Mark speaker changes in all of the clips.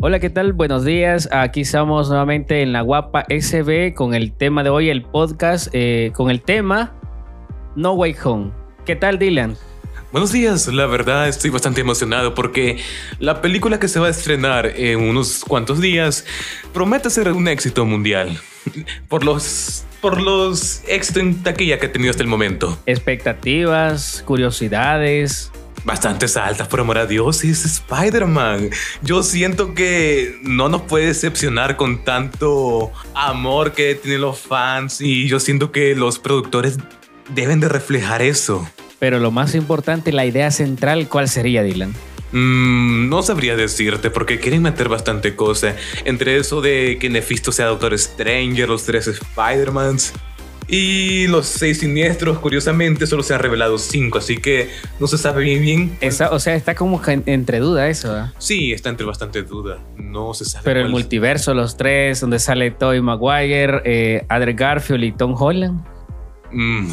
Speaker 1: Hola, ¿qué tal? Buenos días. Aquí estamos nuevamente en la Guapa SB con el tema de hoy, el podcast, eh, con el tema No Way Home. ¿Qué tal, Dylan?
Speaker 2: Buenos días, la verdad estoy bastante emocionado porque la película que se va a estrenar en unos cuantos días promete ser un éxito mundial por los, por los éxitos en taquilla que ha tenido hasta el momento.
Speaker 1: Expectativas, curiosidades.
Speaker 2: Bastantes altas, por amor a Dios, es Spider-Man. Yo siento que no nos puede decepcionar con tanto amor que tienen los fans y yo siento que los productores deben de reflejar eso.
Speaker 1: Pero lo más importante, la idea central, ¿cuál sería, Dylan?
Speaker 2: Mm, no sabría decirte porque quieren meter bastante cosa. Entre eso de que Nefisto sea Doctor Stranger, los tres Spider-Mans y los seis siniestros, curiosamente, solo se han revelado cinco, así que no se sabe bien bien.
Speaker 1: Esa- o sea, está como que en- entre duda eso, ¿verdad?
Speaker 2: Sí, está entre bastante duda. No se sabe.
Speaker 1: Pero el
Speaker 2: cuál-
Speaker 1: multiverso, los tres, donde sale Tobey Maguire, eh, Andrew Garfield y Tom Holland.
Speaker 2: Mm.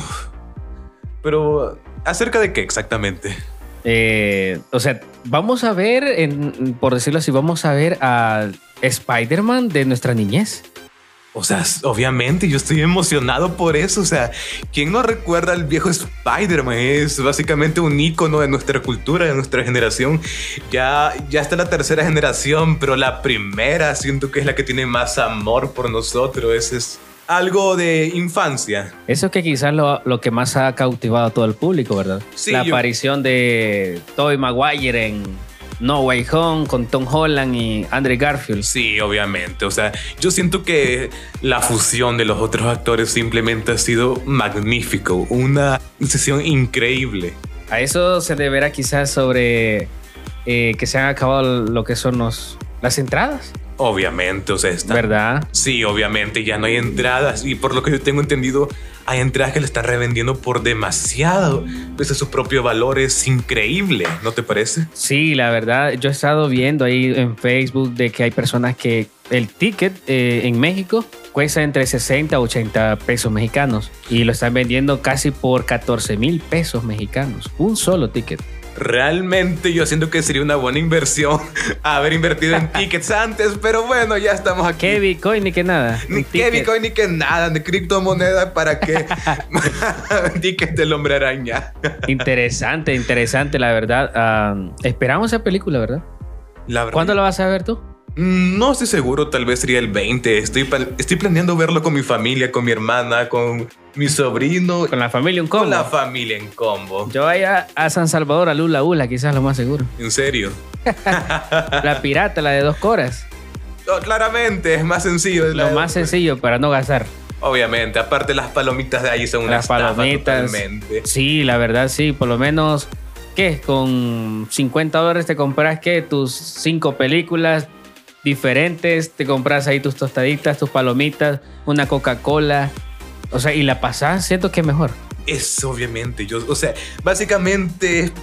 Speaker 2: Pero, ¿acerca de qué exactamente?
Speaker 1: Eh, o sea, vamos a ver, en- por decirlo así, vamos a ver a Spider-Man de nuestra niñez.
Speaker 2: O sea, s- obviamente yo estoy emocionado por eso. O sea, ¿quién no recuerda al viejo Spider-Man? Es básicamente un ícono de nuestra cultura, de nuestra generación. Ya, ya está la tercera generación, pero la primera siento que es la que tiene más amor por nosotros. Ese es algo de infancia.
Speaker 1: Eso que quizás lo, lo que más ha cautivado a todo el público, ¿verdad?
Speaker 2: Sí,
Speaker 1: La
Speaker 2: yo-
Speaker 1: aparición de Tobey Maguire en No Way Home con Tom Holland y Andrew Garfield.
Speaker 2: Sí, obviamente. O sea, yo siento que la fusión de los otros actores simplemente ha sido magnífico. Una sesión increíble.
Speaker 1: A eso se deberá quizás sobre eh, que se han acabado lo que son los, las entradas,
Speaker 2: Obviamente, o sea, está
Speaker 1: ¿verdad?
Speaker 2: Sí, obviamente ya no hay entradas y por lo que yo tengo entendido hay entradas que le están revendiendo por demasiado, pese a su propio valor es increíble, ¿no te parece?
Speaker 1: Sí, la verdad, yo he estado viendo ahí en Facebook de que hay personas que el ticket eh, en México cuesta entre 60 a 80 pesos mexicanos y lo están vendiendo casi por 14 mil pesos mexicanos. Un solo ticket.
Speaker 2: Realmente yo siento que sería una buena inversión haber invertido en tickets antes, pero bueno, ya estamos aquí.
Speaker 1: ¿Qué Bitcoin ni qué nada? Un
Speaker 2: ni que
Speaker 1: ticket.
Speaker 2: Bitcoin ni que nada, ni criptomoneda para que tickets del hombre araña.
Speaker 1: Interesante, interesante, la verdad. Ah, esperamos esa película, ¿verdad?
Speaker 2: La verdad,
Speaker 1: ¿Cuándo la vas a ver tú?
Speaker 2: Mm, No estoy seguro, tal vez sería el 20. Estoy, pal- estoy planeando verlo con mi familia, con mi hermana, con mi sobrino,
Speaker 1: Con la familia, un combo.
Speaker 2: con la familia en combo.
Speaker 1: Yo vaya a San Salvador, a Lula Ula, quizás lo más seguro.
Speaker 2: En serio.
Speaker 1: La pirata, la de dos coras.
Speaker 2: No, claramente, es más sencillo. es
Speaker 1: Lo
Speaker 2: la-
Speaker 1: más sencillo para no gastar.
Speaker 2: Obviamente, aparte las palomitas de allí son una
Speaker 1: Las
Speaker 2: estafa
Speaker 1: palomitas.
Speaker 2: totalmente.
Speaker 1: Sí, la verdad sí, por lo menos, ¿qué? Con 50 dólares te compras, ¿qué? Tus cinco películas diferentes, te compras ahí tus tostaditas, tus palomitas, una Coca-Cola. O sea, y la pasás, siento que es mejor.
Speaker 2: Es obviamente, yo, o sea, básicamente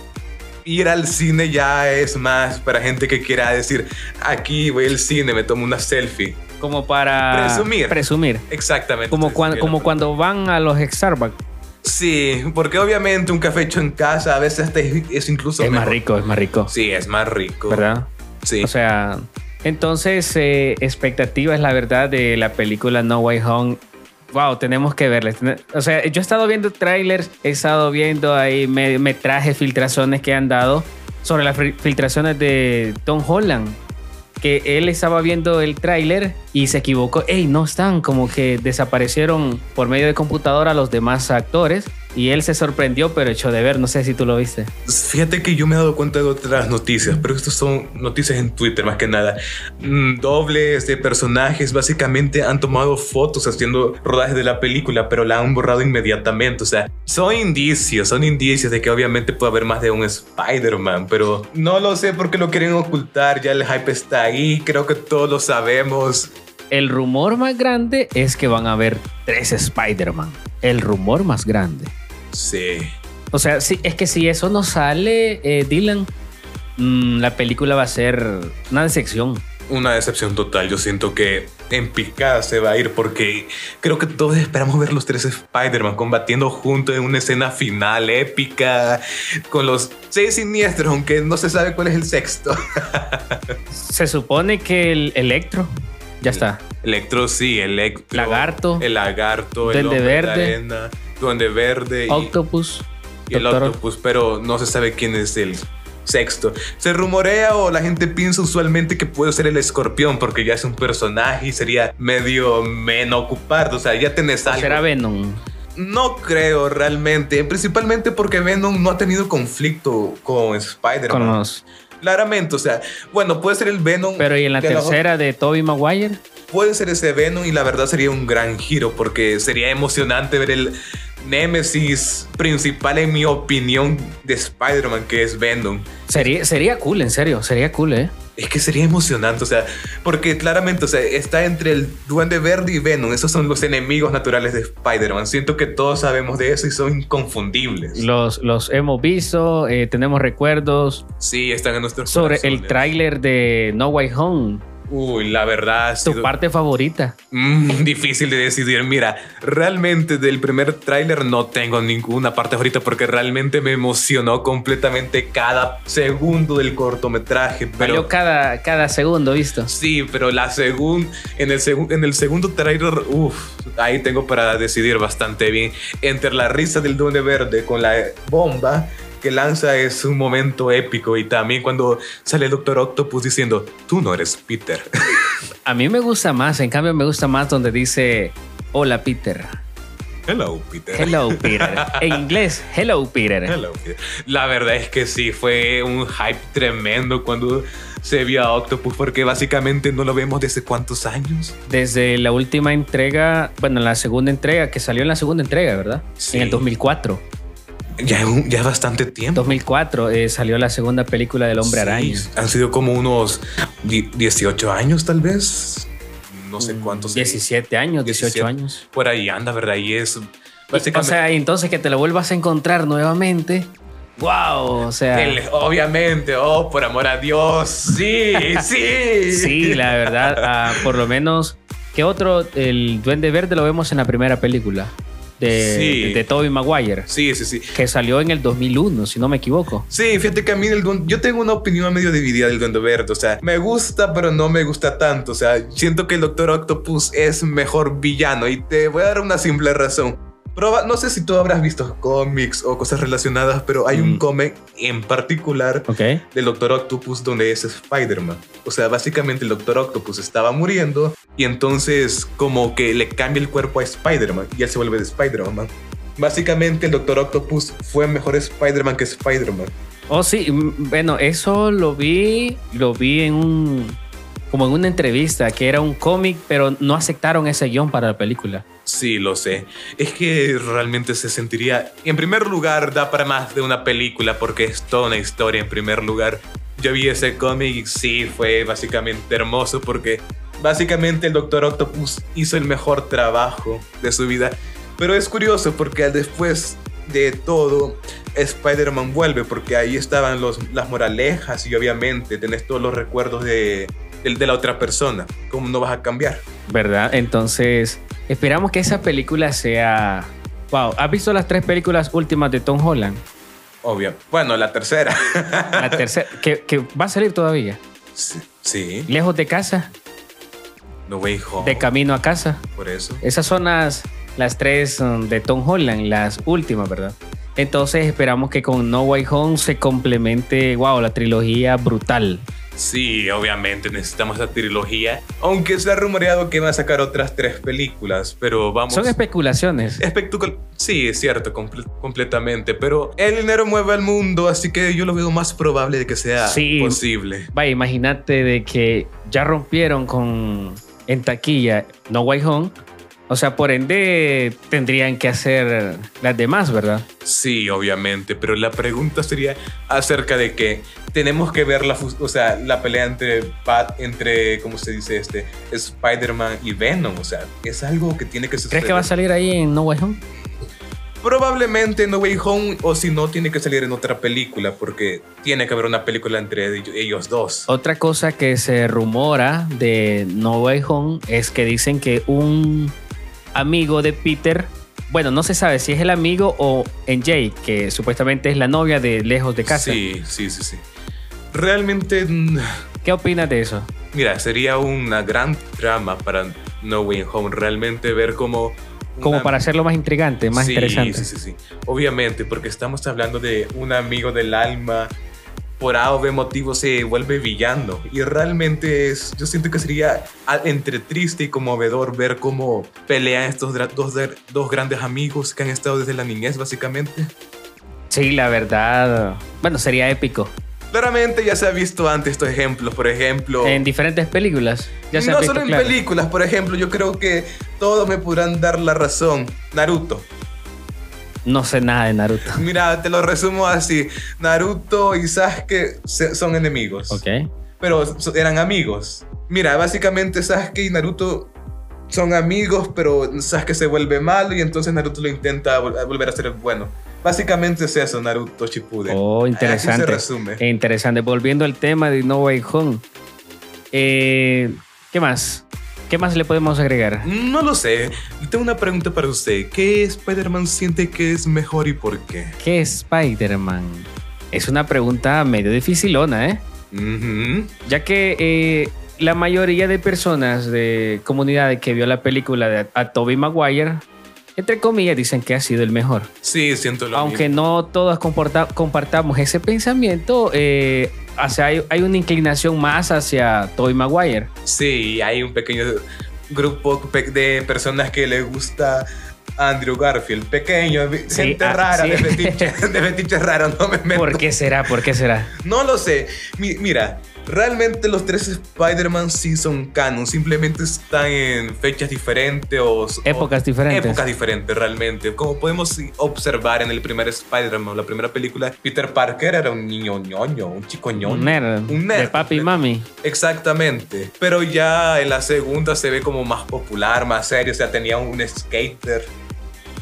Speaker 2: ir al cine ya es más para gente que quiera decir, aquí voy al cine, me tomo una selfie.
Speaker 1: Como para...
Speaker 2: Presumir.
Speaker 1: Presumir.
Speaker 2: Exactamente.
Speaker 1: Como,
Speaker 2: te
Speaker 1: cuan-
Speaker 2: supiera,
Speaker 1: como
Speaker 2: pero-
Speaker 1: cuando van a los Starbucks.
Speaker 2: Sí, porque obviamente un café hecho en casa a veces hasta es, es incluso
Speaker 1: Es más
Speaker 2: mejor.
Speaker 1: rico, es más rico.
Speaker 2: Sí, es más rico.
Speaker 1: ¿Verdad?
Speaker 2: Sí.
Speaker 1: O sea, entonces, eh, expectativas, la verdad, de la película No Way Home. Wow, tenemos que verla. Ten- O sea, yo he estado viendo trailers, he estado viendo ahí me- metrajes, filtraciones que han dado sobre las fri- filtraciones de Tom Holland. Que él estaba viendo el tráiler y se equivocó. Ey, no están, como que desaparecieron por medio de computadora los demás actores. Y él se sorprendió, pero echó de ver. No sé si tú lo viste.
Speaker 2: Pues Fíjate que yo me he dado cuenta de otras noticias, pero estas son noticias en Twitter más que nada. Mm, Dobles de personajes básicamente han tomado fotos haciendo rodajes de la película, pero la han borrado inmediatamente. O sea, son indicios, son indicios de que obviamente puede haber más de un Spider-Man, pero no lo sé porque lo quieren ocultar. Ya el hype está ahí, creo que todos lo sabemos.
Speaker 1: el rumor más grande es que van a haber tres Spider-Man. El rumor más grande.
Speaker 2: Sí.
Speaker 1: O sea, sí, es que si eso no sale, eh, Dylan, mm, la película va a ser una decepción.
Speaker 2: Una decepción total. Yo siento que en picada se va a ir porque creo que todos esperamos ver los tres Spider-Man combatiendo juntos en una escena final épica con los seis siniestros, aunque no se sabe cuál es el sexto.
Speaker 1: Se supone que el Electro ya está.
Speaker 2: Electro, sí, Electro.
Speaker 1: Lagarto.
Speaker 2: El lagarto.
Speaker 1: Duende
Speaker 2: el hombre de
Speaker 1: verde.
Speaker 2: arena, Duende verde. y-
Speaker 1: Octopus.
Speaker 2: y el
Speaker 1: Doctor Oc-
Speaker 2: Octopus, pero no se sabe quién es el sexto. Se rumorea o la gente piensa usualmente que puede ser el escorpión porque ya es un personaje y sería medio menos ocupado. O sea, ya tenés algo.
Speaker 1: Será Venom.
Speaker 2: No creo realmente, principalmente porque Venom no ha tenido conflicto con
Speaker 1: Con
Speaker 2: Spider-Man.
Speaker 1: los-
Speaker 2: Claramente, o sea, bueno, puede ser el Venom.
Speaker 1: Pero y en la
Speaker 2: de las
Speaker 1: tercera de Toby Maguire.
Speaker 2: puede ser ese Venom y la verdad sería un gran giro porque sería emocionante ver el némesis principal en mi opinión de Spider-Man que es Venom.
Speaker 1: Sería, sería cool, en serio, sería cool, ¿eh?
Speaker 2: Es que sería emocionante, o sea, porque claramente, o sea, está entre el Duende Verde y Venom, esos son los enemigos naturales de Spider-Man. Siento que todos sabemos de eso y son inconfundibles.
Speaker 1: Los, los hemos visto, eh, tenemos recuerdos
Speaker 2: sí, están en nuestros
Speaker 1: sobre el
Speaker 2: corazones.
Speaker 1: tráiler de No Way Home,
Speaker 2: Uy, la verdad, ha
Speaker 1: tu
Speaker 2: sido-
Speaker 1: parte favorita.
Speaker 2: Mm, difícil de decidir. Mira, realmente del primer tráiler no tengo ninguna parte ahorita porque realmente me emocionó completamente cada segundo del cortometraje.
Speaker 1: Valió
Speaker 2: Pero
Speaker 1: cada, cada segundo, ¿visto?
Speaker 2: sí, pero la segun, en, el segun- en el segundo tráiler, uff, ahí tengo para decidir bastante bien. Entre la risa del duende verde con la bomba que lanza es un momento épico y también cuando sale el Doctor Octopus diciendo, tú no eres Peter.
Speaker 1: A mí me gusta más, en cambio me gusta más donde dice Hola Peter.
Speaker 2: Hello, Peter.
Speaker 1: Hello Peter. en inglés, Hello Peter.
Speaker 2: Hello, Peter. La verdad es que sí, fue un hype tremendo cuando se vio a Octopus porque básicamente no lo vemos desde cuántos años.
Speaker 1: Desde la última entrega, bueno, la segunda entrega, que salió en la segunda entrega, ¿verdad?
Speaker 2: Sí.
Speaker 1: En el 2004.
Speaker 2: Ya, es un- ya es bastante tiempo.
Speaker 1: 2004 eh, salió la segunda película del Hombre
Speaker 2: Sí,
Speaker 1: Araña.
Speaker 2: Han sido como unos die- 18 años tal vez. No
Speaker 1: Mm,
Speaker 2: sé cuántos.
Speaker 1: 17 años, 18
Speaker 2: 17.
Speaker 1: años.
Speaker 2: Por ahí anda, ¿verdad? Y es
Speaker 1: O
Speaker 2: básicamente...
Speaker 1: sea, y entonces que te lo vuelvas a encontrar nuevamente. ¡Wow! O sea,
Speaker 2: el- obviamente, oh, por amor a Dios. Sí, sí.
Speaker 1: sí, la verdad, ah, por lo menos. ¿Qué otro? El Duende Verde lo vemos en la primera película de,
Speaker 2: Sí.
Speaker 1: de Tobey Maguire,
Speaker 2: Sí, sí, sí.
Speaker 1: que salió en el 2001, si no me equivoco.
Speaker 2: Sí, fíjate que a mí el duende- yo tengo una opinión medio dividida del Duende Verde, o sea, me gusta pero no me gusta tanto, o sea, siento que el Doctor Octopus es mejor villano y te voy a dar una simple razón. Proba- no sé si tú habrás visto cómics o cosas relacionadas, pero hay
Speaker 1: Mm.
Speaker 2: un cómic en particular
Speaker 1: Ok.
Speaker 2: del Doctor Octopus donde es Spider-Man. O sea, básicamente el Doctor Octopus estaba muriendo y entonces como que le cambia el cuerpo a Spider-Man y él se vuelve de Spider-Man. Básicamente el Doctor Octopus fue mejor Spider-Man que Spider-Man.
Speaker 1: Oh, sí, mm, bueno, eso lo vi, lo vi en un. como en una entrevista, que era un cómic, pero no aceptaron ese guión para la película.
Speaker 2: Sí, lo sé. Es que realmente se sentiría... En primer lugar, da para más de una película porque es toda una historia en primer lugar. Yo vi ese cómic y sí, fue básicamente hermoso porque básicamente el Doctor Octopus hizo el mejor trabajo de su vida. Pero es curioso porque después de todo, Spider-Man vuelve porque ahí estaban los, las moralejas y obviamente tenés todos los recuerdos de, del- de la otra persona. ¿Cómo no vas a cambiar?
Speaker 1: ¿Verdad? Entonces, esperamos que esa película sea. Wow, ¿has visto las tres películas últimas de Tom Holland?
Speaker 2: Obvio. Bueno, la tercera.
Speaker 1: La tercera, que, que va a salir todavía.
Speaker 2: Sí, sí,
Speaker 1: Lejos de casa,
Speaker 2: No Way Home.
Speaker 1: de camino a casa.
Speaker 2: por eso.
Speaker 1: Esas son las, las tres mm, de Tom Holland, las últimas, ¿verdad? Entonces esperamos que con No Way Home se complemente, wow, la trilogía brutal.
Speaker 2: Sí, obviamente necesitamos esa trilogía. Aunque se ha rumoreado que van a sacar otras tres películas, pero vamos.
Speaker 1: Son especulaciones.
Speaker 2: espectacular. Sí, es cierto, comple- completamente. Pero el dinero mueve al mundo, así que yo lo veo más probable de que sea
Speaker 1: Sí.
Speaker 2: posible.
Speaker 1: Vaya, imagínate de que ya rompieron con en taquilla No Way Home O sea, por ende tendrían que hacer las demás, ¿verdad?
Speaker 2: Sí, obviamente, pero la pregunta sería acerca de que tenemos que ver la, fu- o sea, la pelea entre, Pat- entre, ¿cómo se dice este? Spider-Man y Venom, o sea, es algo que tiene que suceder.
Speaker 1: ¿Crees que va a salir ahí en No Way Home?
Speaker 2: Probablemente en No Way Home, o si no, tiene que salir en otra película, porque tiene que haber una película entre ello- ellos dos.
Speaker 1: Otra cosa que se rumora de No Way Home es que dicen que un amigo de Peter, bueno, no se sabe si es el amigo o NJ, que supuestamente es la novia de lejos de casa.
Speaker 2: Sí, sí, sí, sí. Realmente, mm,
Speaker 1: ¿Qué opinas de eso?
Speaker 2: mira, sería una gran trama para No Way Home, realmente ver cómo...
Speaker 1: Como
Speaker 2: una-
Speaker 1: para hacerlo más intrigante, más
Speaker 2: Sí,
Speaker 1: interesante.
Speaker 2: Sí, sí, sí. Obviamente, porque estamos hablando de un amigo del alma. Por A o B motivo se vuelve villano. Y realmente es. Yo siento que sería a- entre triste y conmovedor ver cómo pelean estos dra- dos, dra- dos grandes amigos que han estado desde la niñez, básicamente.
Speaker 1: Sí, la verdad. Bueno, sería épico.
Speaker 2: Claramente ya se ha visto antes estos ejemplos. Por ejemplo.
Speaker 1: En diferentes películas. Ya se
Speaker 2: no
Speaker 1: han visto,
Speaker 2: solo en
Speaker 1: claro.
Speaker 2: películas, por ejemplo, yo creo que todos me podrán dar la razón. Naruto.
Speaker 1: No sé nada de Naruto.
Speaker 2: Mira, te lo resumo así. Naruto y Sasuke se- son enemigos.
Speaker 1: Ok.
Speaker 2: Pero so- eran amigos. Mira, básicamente Sasuke y Naruto son amigos, pero Sasuke se vuelve malo y entonces Naruto lo intenta vol- volver a ser bueno. Básicamente es eso, Naruto Shippuden.
Speaker 1: Oh,
Speaker 2: Así Ah, se
Speaker 1: interesante.
Speaker 2: resume.
Speaker 1: Eh, Interesante. Volviendo al tema de No Way Home. Eh, ¿Qué más? ¿Qué más le podemos agregar?
Speaker 2: No lo sé. Tengo una pregunta para usted. ¿Qué Spider-Man siente que es mejor y por qué?
Speaker 1: ¿Qué es Spider-Man? Es una pregunta medio dificilona, ¿eh?
Speaker 2: Ujú.
Speaker 1: Ya que eh, la mayoría de personas de comunidades que vio la película de a Toby Maguire, entre comillas, dicen que ha sido el mejor.
Speaker 2: Sí, siento lo
Speaker 1: Aunque no todas comporta- compartamos ese pensamiento, eh, hacia- hay, hay una inclinación más hacia Toby Maguire.
Speaker 2: Sí, hay un pequeño grupo pe- de personas que le gusta Andrew Garfield. Pequeño, vi-
Speaker 1: Sí,
Speaker 2: gente
Speaker 1: ah,
Speaker 2: rara,
Speaker 1: sí.
Speaker 2: de fetiche, de fetiche raro, no me meto.
Speaker 1: ¿Por qué será? ¿Por qué será?
Speaker 2: No lo sé. Mi- mira, realmente los tres Spider-Man sí son canon. Simplemente están en fechas diferentes o... o-
Speaker 1: Épocas diferentes.
Speaker 2: Épocas diferentes, realmente. Como podemos observar en el primer Spider-Man, la primera película, Peter Parker era un niño ñoño, un chico ñoño.
Speaker 1: Un nerd,
Speaker 2: Un nerd.
Speaker 1: de papi y mami.
Speaker 2: Exactamente. Pero ya en la segunda se ve como más popular, más serio. O sea, tenía un skater.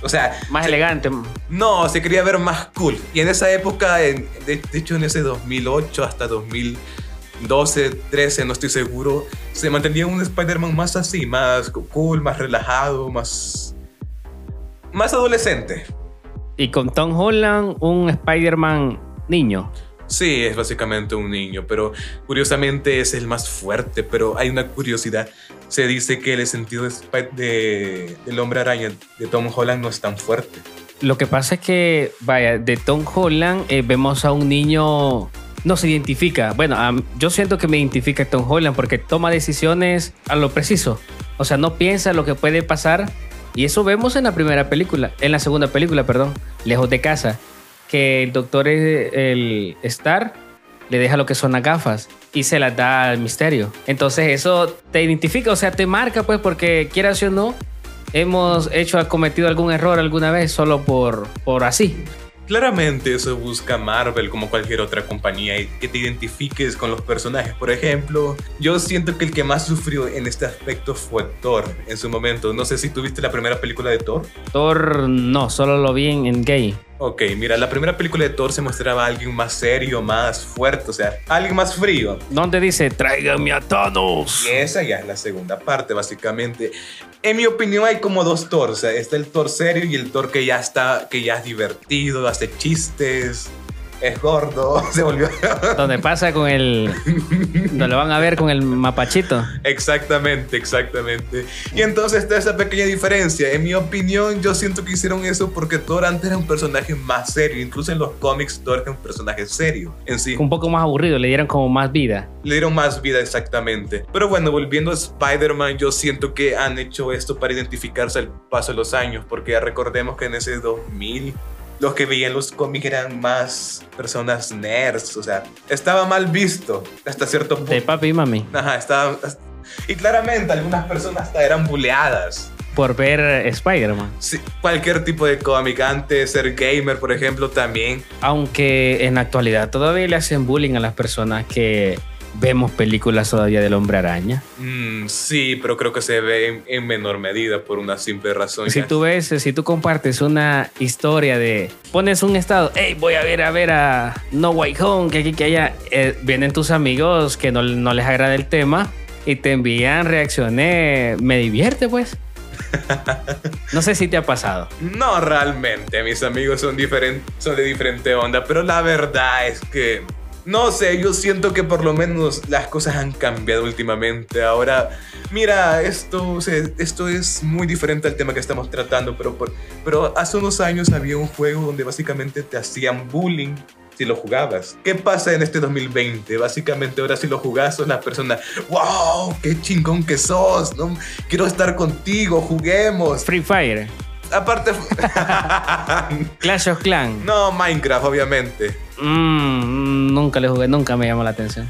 Speaker 2: O sea,
Speaker 1: Más elegante.
Speaker 2: no, se quería ver más cool. Y en esa época, en- de, de hecho en ese 2008 hasta 2012, 13, no estoy seguro, se mantenía un Spider-Man más así, más cool, más relajado, más... Más adolescente.
Speaker 1: Y con Tom Holland, un Spider-Man niño.
Speaker 2: Sí, es básicamente un niño, pero curiosamente es el más fuerte, pero hay una curiosidad. Se dice que el sentido de Spi- de- del hombre araña de Tom Holland no es tan fuerte.
Speaker 1: Lo que pasa es que, vaya, de Tom Holland eh, vemos a un niño. No se identifica. Bueno, a- yo siento que me identifica Tom Holland porque toma decisiones a lo preciso. O sea, no piensa lo que puede pasar. Y eso vemos en la primera película, en la segunda película, perdón, Lejos de casa. Que el doctor, eh, el Star, le deja lo que son las gafas y se las da al misterio. Entonces, eso te identifica, o sea, te marca, pues, porque quieras o no, hemos hecho, cometido algún error alguna vez solo por, por así.
Speaker 2: Claramente eso busca Marvel como cualquier otra compañía y que te identifiques con los personajes. Por ejemplo, yo siento que el que más sufrió en este aspecto fue Thor en su momento. No sé si tuviste la primera película de Thor.
Speaker 1: Thor, no, solo lo vi en, en gay.
Speaker 2: Ok, mira, la primera película de Thor se mostraba a alguien más serio, más fuerte, o sea, alguien más frío.
Speaker 1: Donde dice, tráigame a Thanos.
Speaker 2: Y esa ya es la segunda parte, básicamente. En mi opinión hay como dos Thor. o sea, está el Thor serio y el Thor que ya está, que ya es divertido, hace chistes, es gordo, se volvió...
Speaker 1: Donde pasa con el... Donde lo van a ver con el mapachito.
Speaker 2: exactamente, exactamente. Y entonces está esa pequeña diferencia. En mi opinión yo siento que hicieron eso porque Thor antes era un personaje más serio. Incluso en los cómics Thor era un personaje serio en sí.
Speaker 1: Un poco más aburrido, le dieron como más vida.
Speaker 2: le dieron más vida exactamente. Pero bueno, volviendo a Spider-Man, yo siento que han hecho esto para identificarse al paso de los años, porque ya recordemos que en ese 2000 los que veían los cómics eran más personas nerds, o sea, estaba mal visto hasta cierto punto.
Speaker 1: De papi y mami.
Speaker 2: Ajá, estaba... Y claramente algunas personas hasta eran buleadas.
Speaker 1: por ver Spider-Man.
Speaker 2: Sí, cualquier tipo de cómic, antes ser gamer, por ejemplo, también.
Speaker 1: Aunque en la actualidad todavía le hacen bullying a las personas que vemos películas todavía del hombre araña.
Speaker 2: Mm, sí, pero creo que se ve en, en menor medida por una simple razón.
Speaker 1: Pues Si tú ves, si tú compartes una historia de, pones un estado, hey, voy a ver a ver a No Way Home, que aquí, que allá, eh, vienen tus amigos que no, no les agrada el tema y te envían reacciones, me divierte pues. No sé si te ha pasado.
Speaker 2: No, realmente, mis amigos son, diferen- son de diferente onda, pero la verdad es que, no sé, yo siento que por lo menos las cosas han cambiado últimamente. Ahora, mira, esto, se- esto es muy diferente al tema que estamos tratando, pero, por- pero hace unos años había un juego donde básicamente te hacían bullying. Si lo jugabas. ¿Qué pasa en este 2020? Básicamente ahora si lo jugás son las personas, wow, qué chingón que sos, ¿no? quiero estar contigo, juguemos.
Speaker 1: Free Fire,
Speaker 2: Aparte.
Speaker 1: Clash of Clans.
Speaker 2: no, Minecraft, obviamente.
Speaker 1: Mm, nunca le jugué, nunca me llamó la atención.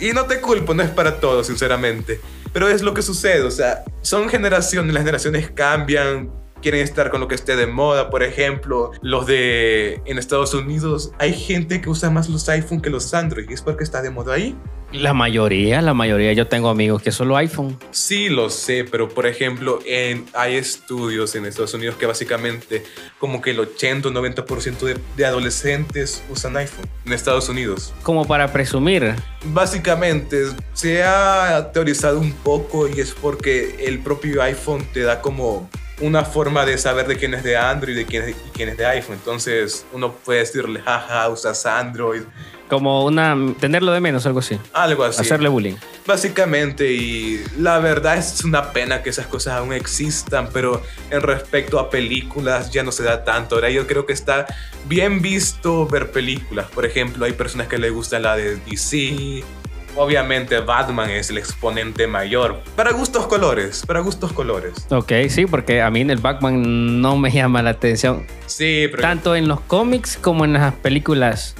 Speaker 2: Y no te culpo, no es para todos, sinceramente. Pero es lo que sucede, o sea, son generaciones, las generaciones cambian, quieren estar con lo que esté de moda, por ejemplo, los de en Estados Unidos, hay gente que usa más los iPhone que los Android, y es porque está de moda ahí.
Speaker 1: La mayoría, la mayoría, yo tengo amigos que solo iPhone.
Speaker 2: Sí, lo sé, pero por ejemplo, en, hay estudios en Estados Unidos que básicamente como que el 80 o 90% de, de adolescentes usan iPhone en Estados Unidos.
Speaker 1: Como para presumir.
Speaker 2: Básicamente se ha teorizado un poco y es porque el propio iPhone te da como una forma de saber de quién es de Android y de quién es de, y quién es de iPhone. Entonces uno puede decirle, jaja, usas Android,
Speaker 1: Como una. tenerlo de menos, algo así.
Speaker 2: algo así.
Speaker 1: Hacerle bullying.
Speaker 2: Básicamente, y la verdad es una pena que esas cosas aún existan, pero en respecto a películas ya no se da tanto. Ahora yo creo que está bien visto ver películas. Por ejemplo, hay personas que les gusta la de DC. Obviamente Batman es el exponente mayor. Para gustos colores, para gustos colores.
Speaker 1: Ok, sí, porque a mí el Batman no me llama la atención.
Speaker 2: Sí, pero...
Speaker 1: Tanto en los cómics como en las películas.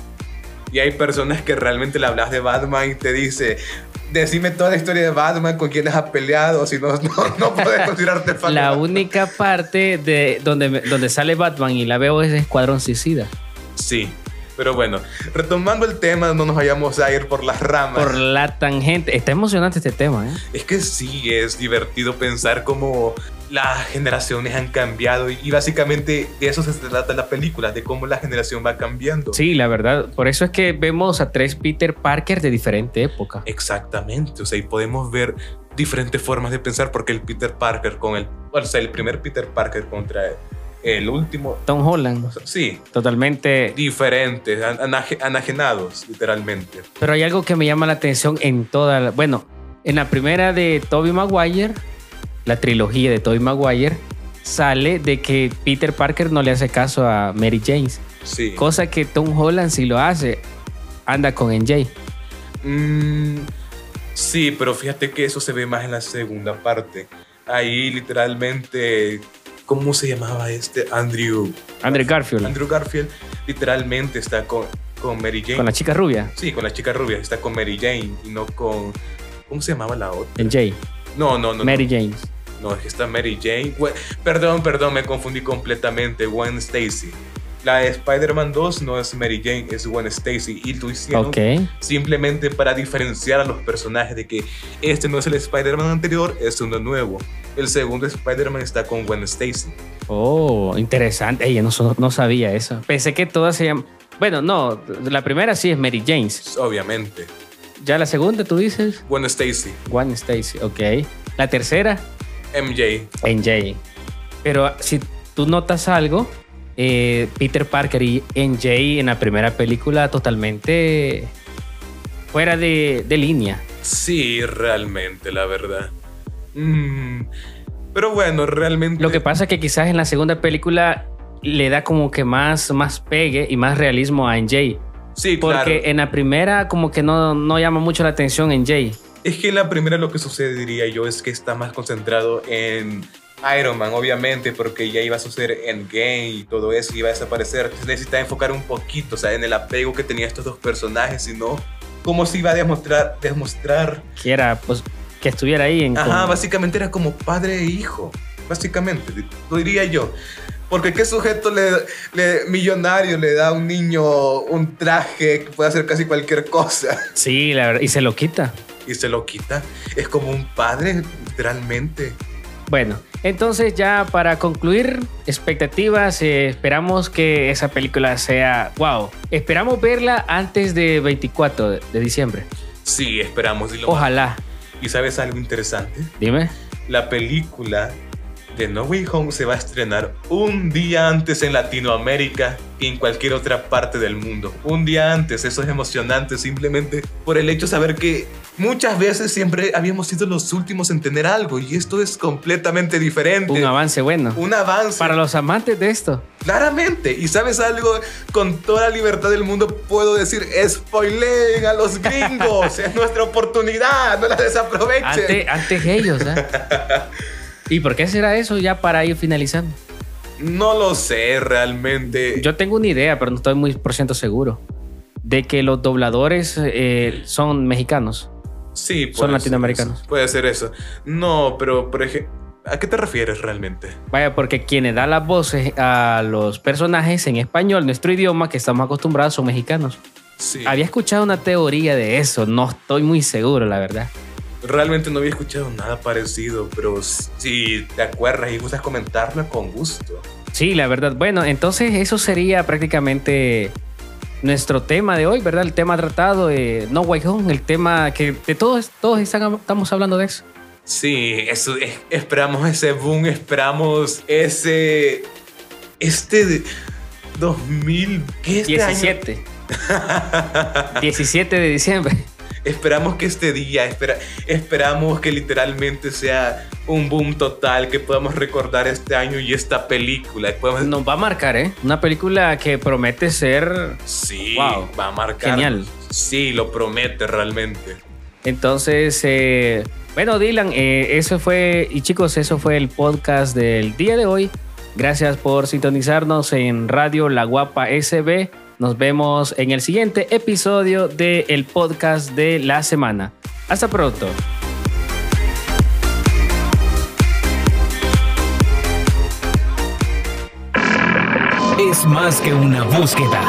Speaker 2: Y hay personas que realmente le hablas de Batman y te dice... Decime toda la historia de Batman, con quién has peleado, si no, no, no puedes considerarte fan. de
Speaker 1: La
Speaker 2: Batman".
Speaker 1: única parte de donde, me- donde sale Batman y la veo es Escuadrón Suicida.
Speaker 2: Sí, pero bueno, retomando el tema, no nos vayamos a ir por las ramas.
Speaker 1: Por la tangente. Está emocionante este tema, ¿eh?
Speaker 2: Es que sí, es divertido pensar cómo las generaciones han cambiado y, y básicamente de eso se trata la película, de cómo la generación va cambiando.
Speaker 1: Sí, la verdad. Por eso es que vemos a tres Peter Parker de diferente época.
Speaker 2: Eh, Exactamente, o sea, y podemos ver diferentes formas de pensar porque el Peter Parker con el, o sea, el primer Peter Parker contra el, el último,
Speaker 1: Tom Holland.
Speaker 2: sí,
Speaker 1: Totalmente.
Speaker 2: diferentes, an- anaje- anajenados, literalmente.
Speaker 1: Pero hay algo que me llama la atención en toda la- Bueno, en la primera de Tobey Maguire, la trilogía de Tobey Maguire, sale de que Peter Parker no le hace caso a Mary Jane.
Speaker 2: Sí.
Speaker 1: Cosa que Tom Holland si lo hace. Anda con NJ.
Speaker 2: Mm, sí, pero fíjate que eso se ve más en la segunda parte. Ahí literalmente, ¿cómo se llamaba este? Andrew,
Speaker 1: Andrew Garfield.
Speaker 2: Andrew Garfield literalmente está con, con Mary Jane.
Speaker 1: Con la chica rubia.
Speaker 2: sí, con la chica rubia, está con Mary Jane y no con... ¿Cómo se llamaba la otra?
Speaker 1: NJ.
Speaker 2: No, no, no.
Speaker 1: Mary Jane.
Speaker 2: No, es que está Mary Jane. We- perdón, perdón, me confundí completamente. Gwen Stacy. La de Spider-Man 2 no es Mary Jane, es Gwen Stacy. Y lo hicieron
Speaker 1: Ok.
Speaker 2: simplemente para diferenciar a los personajes de que este no es el Spider-Man anterior, es uno nuevo. El segundo Spider-Man está con Gwen Stacy.
Speaker 1: Oh, interesante. Ella no, so- no sabía eso. Pensé que todas se llaman. Bueno, no. La primera sí es Mary Jane.
Speaker 2: Obviamente.
Speaker 1: Ya la segunda, tú dices.
Speaker 2: Gwen Stacy,
Speaker 1: One Stacy. Ok. La tercera.
Speaker 2: MJ.
Speaker 1: NJ. Pero ah, si tú notas algo, eh, Peter Parker y NJ en la primera película totalmente fuera de, de línea.
Speaker 2: Sí, realmente, la verdad. Mm, Pero bueno, realmente...
Speaker 1: Lo que pasa es que quizás en la segunda película le da como que más, más pegue y más realismo a NJ. Porque
Speaker 2: sí, claro.
Speaker 1: en la primera como que no, no llama mucho la atención NJ.
Speaker 2: Es que en la primera lo que sucede, diría yo, es que está más concentrado en Iron Man, obviamente, porque ya iba a suceder Endgame y todo eso, iba a desaparecer. Entonces necesita enfocar un poquito, o sea, en el apego que tenía estos dos personajes, sino cómo se iba a demostrar. demostrar.
Speaker 1: Que era pues que estuviera ahí en...
Speaker 2: Ajá,
Speaker 1: con-
Speaker 2: básicamente era como padre e hijo. básicamente, lo diría yo. Porque qué sujeto le, le- millonario le da a un niño un traje que puede hacer casi cualquier cosa
Speaker 1: Sí, la verdad. Y se lo quita.
Speaker 2: y se lo quita. Es como un padre, literalmente.
Speaker 1: Bueno, entonces ya para concluir, expectativas, eh, esperamos que esa película sea, wow, esperamos verla antes de 24 de, de diciembre.
Speaker 2: Sí, esperamos. Y, lo
Speaker 1: Ojalá,
Speaker 2: ¿Y sabes algo interesante?
Speaker 1: dime.
Speaker 2: La película de No Way Home se va a estrenar un día antes en Latinoamérica que en cualquier otra parte del mundo. Un día antes, eso es emocionante simplemente por el hecho de saber que muchas veces siempre habíamos sido los últimos en tener algo y esto es completamente diferente.
Speaker 1: Un avance bueno.
Speaker 2: Este, Un avance.
Speaker 1: Para los amantes de esto.
Speaker 2: Claramente, y sabes algo, con toda la libertad del mundo puedo decir, spoileen a los gringos, es nuestra oportunidad, no la desaprovechen.
Speaker 1: Antes, antes que ellos, ¿eh? ¿Y por qué será eso ya para ir finalizando?
Speaker 2: No lo sé realmente.
Speaker 1: Yo tengo una idea, pero no estoy muy por ciento seguro. De que los dobladores eh, son mexicanos.
Speaker 2: sí,
Speaker 1: son
Speaker 2: puede ser
Speaker 1: latinoamericanos.
Speaker 2: eso, Puede ser eso. No, pero por ejemplo, ¿a qué te refieres realmente?
Speaker 1: Vaya, porque quienes dan las voces a los personajes en español, nuestro idioma que estamos acostumbrados, son mexicanos.
Speaker 2: Sí.
Speaker 1: Había escuchado una teoría de eso, no estoy muy seguro, la verdad.
Speaker 2: Realmente no había escuchado nada parecido, pero si te acuerdas y gustas comentarla con gusto.
Speaker 1: Sí, la verdad. Bueno, entonces eso sería prácticamente nuestro tema de hoy, ¿verdad? El tema tratado de No Way Home, el tema que de todos, todos están- estamos hablando de eso.
Speaker 2: Sí, eso, es- esperamos ese boom, esperamos ese... Este... de- 2000... ¿Qué este año?
Speaker 1: 17. 17 de diciembre.
Speaker 2: Esperamos que este día, espera, esperamos que literalmente sea un boom total, que podamos recordar este año y esta película. Podemos-
Speaker 1: Nos va a marcar, ¿eh? Una película que promete ser
Speaker 2: Sí,
Speaker 1: Wow.
Speaker 2: va a marcar.
Speaker 1: genial.
Speaker 2: Sí, lo promete realmente.
Speaker 1: Entonces, eh, bueno, Dylan, eh, eso fue, y chicos, eso fue el podcast del día de hoy. Gracias por sintonizarnos en Radio La Guapa SB. Nos vemos en el siguiente episodio del podcast de la semana. Hasta pronto.
Speaker 3: Es más que una búsqueda,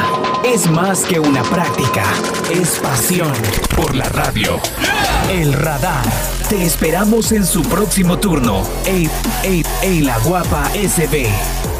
Speaker 3: es más que una práctica, es pasión por la radio. El radar. Te esperamos en su próximo turno. Ey, ey, ey, la guapa SB.